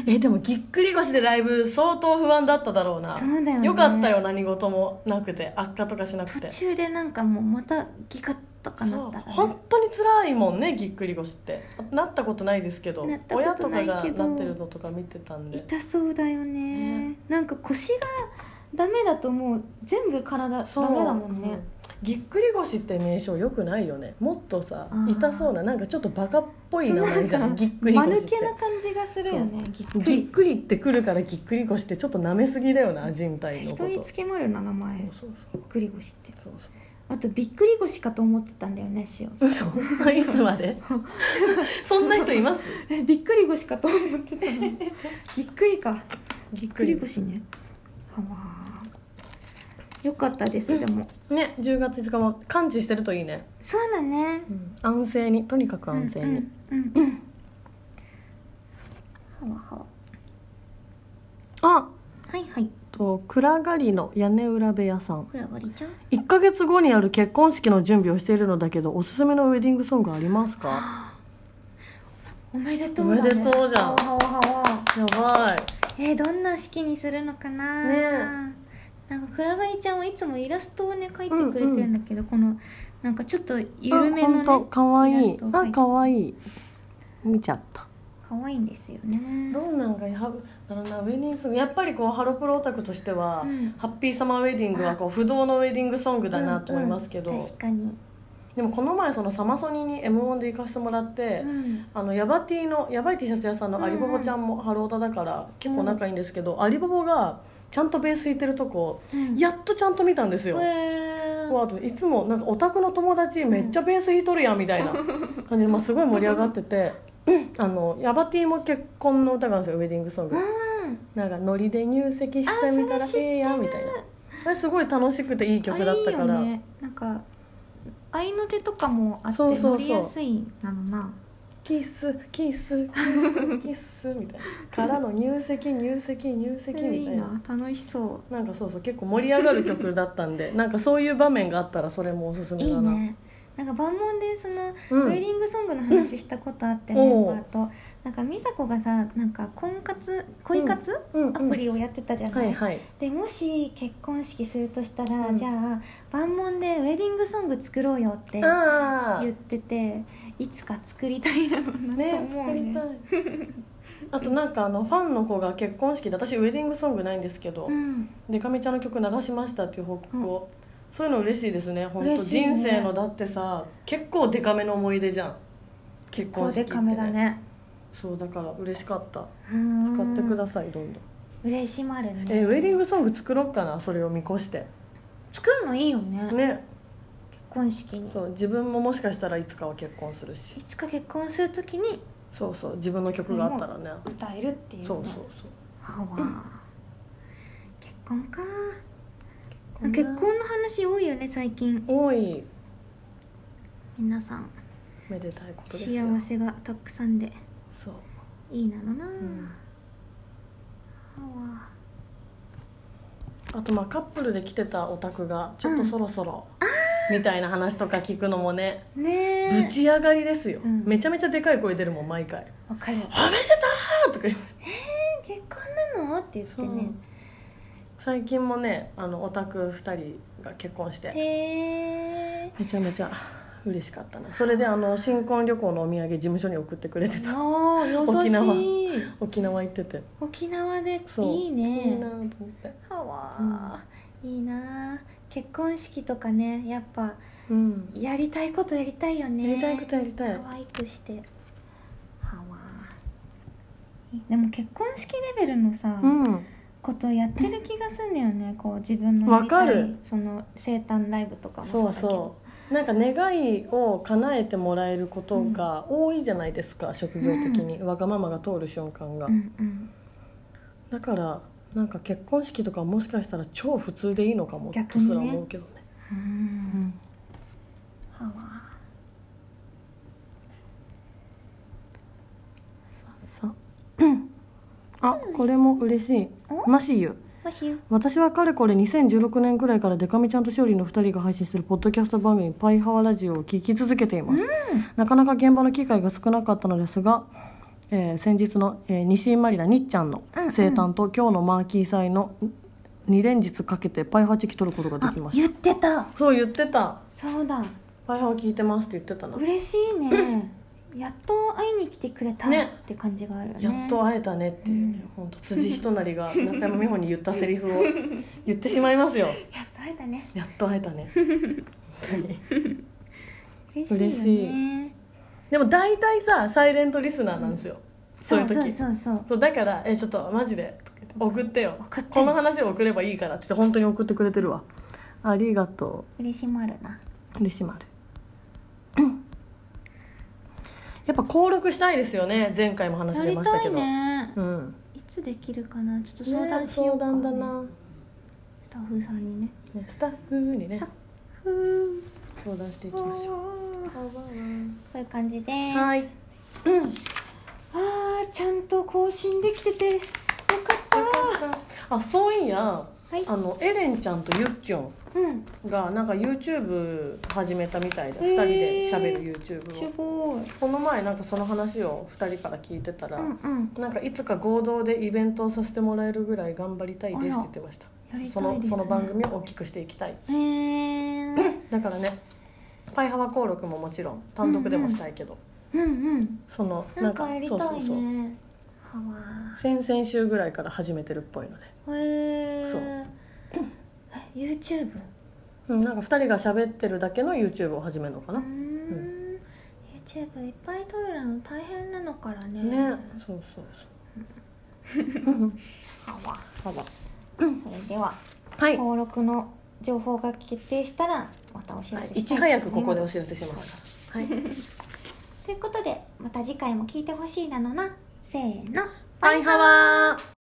Speaker 2: えーでもぎっくり腰でライブ相当不安だっただろうな
Speaker 1: そうだよね
Speaker 2: かったよ何事もなくて悪化とかしなくて
Speaker 1: 途中でなんかもうまたギカッとかなった
Speaker 2: そう
Speaker 1: ら、ね
Speaker 2: 本、当に辛いもんねぎっくり腰ってなったことないですけど
Speaker 1: なった
Speaker 2: 親
Speaker 1: こと
Speaker 2: と
Speaker 1: な
Speaker 2: か
Speaker 1: いけど
Speaker 2: がなってるのとか見てたんで
Speaker 1: 痛そうだよね
Speaker 2: ね
Speaker 1: なんか腰がダメだともう全部体ダメ
Speaker 2: そう
Speaker 1: だもん
Speaker 2: う
Speaker 1: ね
Speaker 2: ぎっくり腰って名称よくないよねもっとさ
Speaker 1: あー
Speaker 2: 痛そうななんかちょっとバカっぽい
Speaker 1: そ
Speaker 2: 名
Speaker 1: うな
Speaker 2: 前
Speaker 1: ん
Speaker 2: じゃ
Speaker 1: か
Speaker 2: んぎっくり腰
Speaker 1: 間
Speaker 2: っ
Speaker 1: 抜
Speaker 2: て
Speaker 1: けな感じがするよねぎっく
Speaker 2: ぎっ
Speaker 1: り
Speaker 2: くりってくるからぎっくり腰ってちょっと舐めすぎだよな人体
Speaker 1: 適
Speaker 2: のこと
Speaker 1: 当につけまるな名前
Speaker 2: そうそうそう
Speaker 1: ぎっくり腰って
Speaker 2: そうそう
Speaker 1: あとびっくり腰かと思ってたんだよね塩
Speaker 2: 嘘いつま
Speaker 1: [laughs]
Speaker 2: でそんな人います
Speaker 1: えびっくり腰かと思ってたの [laughs] ぎっくりか
Speaker 2: ぎ
Speaker 1: ぎ
Speaker 2: っ
Speaker 1: っくり腰ねはわーよかったです、でも
Speaker 2: ね10月5日も完治してるといいね、
Speaker 1: そうだね
Speaker 2: 安静にとにかく安静に、
Speaker 1: うんうん、うん、はわはわ
Speaker 2: あ
Speaker 1: はいはい
Speaker 2: と暗がりの屋根裏部屋さん
Speaker 1: これ上がりちゃう
Speaker 2: 1ヶ月後にある結婚式の準備をしているのだけどおすすめのウェディングソングありますか
Speaker 1: おめでと
Speaker 2: うだね
Speaker 1: はわはわ
Speaker 2: やば
Speaker 1: えー、どんな式にするのかな
Speaker 2: ね
Speaker 1: なんかくらがりちゃんはいつもイラストをね描いてくれてるんだけど、このなんかちょっと
Speaker 2: い
Speaker 1: 緩めの
Speaker 2: あほんと
Speaker 1: ね
Speaker 2: かわい
Speaker 1: イラ
Speaker 2: い
Speaker 1: ストを描い
Speaker 2: あ
Speaker 1: て
Speaker 2: かわいい見ちゃった
Speaker 1: 可愛いんですよね
Speaker 2: どんなんかやだろうなウェディングソングやっぱりこうハロプロオタクとしては、
Speaker 1: うん
Speaker 2: ハッピーサマーウェディングはこう不動のウェディングソングだなと思いますけど、
Speaker 1: うんうん確かに、
Speaker 2: でもこの前そのサマソニに m 1で行かせてもらって、
Speaker 1: うん
Speaker 2: あのヤバティのヤバい T シャツ屋さんのアリボボちゃんもハロータだから結構仲いいんですけど、アリボボがちゃんとベース弾いてるとこ、
Speaker 1: うん
Speaker 2: やっとちゃんと見たんですよ、
Speaker 1: え
Speaker 2: わあといつもなんかオタクの友達めっちゃベース弾いとるやんみたいな感じで、まあ、すごい盛り上がってて、あのヤバティも結婚の歌があるんですよウェディングソング、なんかノリで入籍してみたらええやんみたいなあれすごい楽しくていい曲だったから
Speaker 1: あれいいよねなんか合いの手とかもあって
Speaker 2: そうそ
Speaker 1: 乗
Speaker 2: うそう
Speaker 1: りやすいなのな
Speaker 2: キスキスキスみたいなからの入籍入籍入
Speaker 1: そ
Speaker 2: 籍
Speaker 1: れい
Speaker 2: み
Speaker 1: い
Speaker 2: たいな
Speaker 1: な楽しそ
Speaker 2: なんかそうそう結構盛り上がる曲だったんでなんかそういう場面があったらそれもおすす
Speaker 1: う
Speaker 2: め
Speaker 1: いい
Speaker 2: だな
Speaker 1: ねなんか万問でその、
Speaker 2: うん
Speaker 1: ウェディングソングの話したことあってメ
Speaker 2: うん
Speaker 1: ンバーとなんか美佐子がさなんか婚活恋活、
Speaker 2: うんうん
Speaker 1: アプリをやってたじゃない、
Speaker 2: はいはい
Speaker 1: でもし結婚式するとしたら、
Speaker 2: うん
Speaker 1: じゃあ万問でウェディングソング作ろうよって
Speaker 2: ああ
Speaker 1: 言ってていつか作りたいなのなと
Speaker 2: ね
Speaker 1: 思
Speaker 2: 作
Speaker 1: うね
Speaker 2: りたい [laughs] あとなんかあのファンの子が結婚式で私ウェディングソングないんですけど
Speaker 1: うん、
Speaker 2: でかみちゃんの曲流しましたっていう報告を、そういうの嬉しいですね本当、
Speaker 1: 嬉しいね
Speaker 2: 人生のだってさ結構デカめの思い出じゃん結
Speaker 1: こ
Speaker 2: 婚
Speaker 1: う
Speaker 2: 式
Speaker 1: で
Speaker 2: って、
Speaker 1: カメだね
Speaker 2: そうだから嬉しかった
Speaker 1: 使
Speaker 2: 使ってくださいどんどん
Speaker 1: 嬉しまるね
Speaker 2: えウェディングソング作ろうかなそれを見越して
Speaker 1: 作るのいいよね結
Speaker 2: ね
Speaker 1: 婚式に
Speaker 2: そう自分ももしかしたらいつかは結婚するし
Speaker 1: いつか結婚するときに
Speaker 2: そうそう自分の曲があったらね
Speaker 1: 歌えるっていう、ね、
Speaker 2: そうそう
Speaker 1: はわ、結婚か
Speaker 2: そう
Speaker 1: 結婚の話多いよね最近
Speaker 2: 多い
Speaker 1: 皆さん
Speaker 2: めでたいことですよ
Speaker 1: 幸せがたくさんで
Speaker 2: そう
Speaker 1: いいなのな、
Speaker 2: ん
Speaker 1: はわ
Speaker 2: あとまあカップルで来てたオタクがちょっとそろそろ、みたいな話とか聞くのもねぶ
Speaker 1: ねえ
Speaker 2: ち上がりですよ、
Speaker 1: うん
Speaker 2: めちゃめちゃでかい声出るもん毎回
Speaker 1: わかる
Speaker 2: 「おめでとう!」とか言って
Speaker 1: 結婚なのって言ってね
Speaker 2: 最近もねあのオタク2人が結婚して
Speaker 1: へえ
Speaker 2: めちゃめちゃ嬉しかったなそれであの新婚旅行のお土産事務所に送ってくれてた
Speaker 1: おー
Speaker 2: 沖縄
Speaker 1: 優しい
Speaker 2: 沖縄行ってて
Speaker 1: 沖縄で
Speaker 2: そう
Speaker 1: いいね
Speaker 2: いいなと思って
Speaker 1: はわー、いいなあ結婚式とかねやっぱ
Speaker 2: うん
Speaker 1: やりたいことやりたいよね
Speaker 2: やりたいことやりたい
Speaker 1: 可愛くしてはわーでも結婚式レベルのさ、
Speaker 2: うん
Speaker 1: ことやってる気がすんだよねこう自分の
Speaker 2: わかる
Speaker 1: 短いその生誕ライブとかも
Speaker 2: そう
Speaker 1: だけど
Speaker 2: そうなんか願いを叶えてもらえることが多いじゃないですか、職業的に、わがままが通る瞬間が、
Speaker 1: うんうん
Speaker 2: だからなんか結婚式とかもしかしたら超普通でいいのかも
Speaker 1: 逆
Speaker 2: と
Speaker 1: にね
Speaker 2: すら思うけどね
Speaker 1: うんはわ
Speaker 2: さ [clears throat] あこれも嬉しい
Speaker 1: お
Speaker 2: マシユ
Speaker 1: もしよ
Speaker 2: 私はかれこれ2016年くらいからデカミちゃんとしおりの2人が配信してるポッドキャスト番組「パイハワラジオ」を聞き続けています、なかなか現場の機会が少なかったのですが、えー先日の、えー西井まりなにっちゃんの生誕と、今日のマーキー祭の2連日かけてパイハワチェキ取ることがで
Speaker 1: あ
Speaker 2: きまし
Speaker 1: 言ってた
Speaker 2: たそう言ってた
Speaker 1: そうだ
Speaker 2: パイハワ聞いてますって言ってたな、
Speaker 1: 嬉しいねやっと会いに来てくれた
Speaker 2: ね
Speaker 1: って感じがあるよね
Speaker 2: やっと会えたねっていうね、ほん、本当辻仁成が中山美穂に言ったセリフを言ってしまい [laughs] ますよ
Speaker 1: やっと会えたね
Speaker 2: やっと会えたね本当に
Speaker 1: 嬉しいよね
Speaker 2: でも大体さサイレントリスナーなんですよ、そういう時
Speaker 1: そうそうそう
Speaker 2: そうだから「えちょっとマジで」とか言って送ってよ
Speaker 1: 送って
Speaker 2: この話を送ればいいから」って言って本当に送ってくれてるわありがと
Speaker 1: 嬉しまるな
Speaker 2: う嬉しまるうんやっぱ登録したいですよね前回も話
Speaker 1: や
Speaker 2: 出
Speaker 1: り
Speaker 2: ました
Speaker 1: た
Speaker 2: け
Speaker 1: い
Speaker 2: ど、
Speaker 1: ね
Speaker 2: うん
Speaker 1: いつできるかなちょっと相談しようか、
Speaker 2: ね相談だな、
Speaker 1: スタッフさんにね
Speaker 2: ねスタッフにね
Speaker 1: ふー
Speaker 2: 相談していき
Speaker 1: わ
Speaker 2: ましょう
Speaker 1: ーこういう感じです
Speaker 2: はい
Speaker 1: あーちゃんと更新できててよかった
Speaker 2: あそういや、
Speaker 1: い
Speaker 2: あのエレンちゃんとユッキョン
Speaker 1: うん
Speaker 2: がなんか YouTube 始めたみたいで、
Speaker 1: へー
Speaker 2: 2人で喋る YouTube
Speaker 1: す
Speaker 2: を
Speaker 1: ごい
Speaker 2: この前なんかその話を2人から聞いてたら、
Speaker 1: うんうん
Speaker 2: なんかいつか合同でイベントをさせてもらえるぐらい頑張りたいですって言ってました
Speaker 1: やり
Speaker 2: そ
Speaker 1: たい
Speaker 2: の
Speaker 1: ですね
Speaker 2: その番組を大きくしていきたい
Speaker 1: へー
Speaker 2: だからねパイハワ登録ももちろん単独でもしたいけど、
Speaker 1: うんうん
Speaker 2: その
Speaker 1: なんかやりたいね
Speaker 2: そうそうそう
Speaker 1: は
Speaker 2: 先々週ぐらいから始めてるっぽいので、
Speaker 1: わーへー
Speaker 2: そう
Speaker 1: え YouTube
Speaker 2: うん、なんか2人が喋ってるだけの YouTube を始めるのか
Speaker 1: うー
Speaker 2: な、
Speaker 1: ん YouTube いっぱい撮るの大変なのからね
Speaker 2: ねそうそう
Speaker 1: はわ
Speaker 2: そうハワ
Speaker 1: それでは
Speaker 2: はい
Speaker 1: 登録の情報が決定したらまたお知らせした
Speaker 2: い
Speaker 1: い
Speaker 2: ち
Speaker 1: と思
Speaker 2: 早く
Speaker 1: ま
Speaker 2: こ
Speaker 1: す
Speaker 2: こでお知らせしますから。はい。
Speaker 1: ということでまた次回も聞いてほしいなのなせーの
Speaker 2: バイハワー。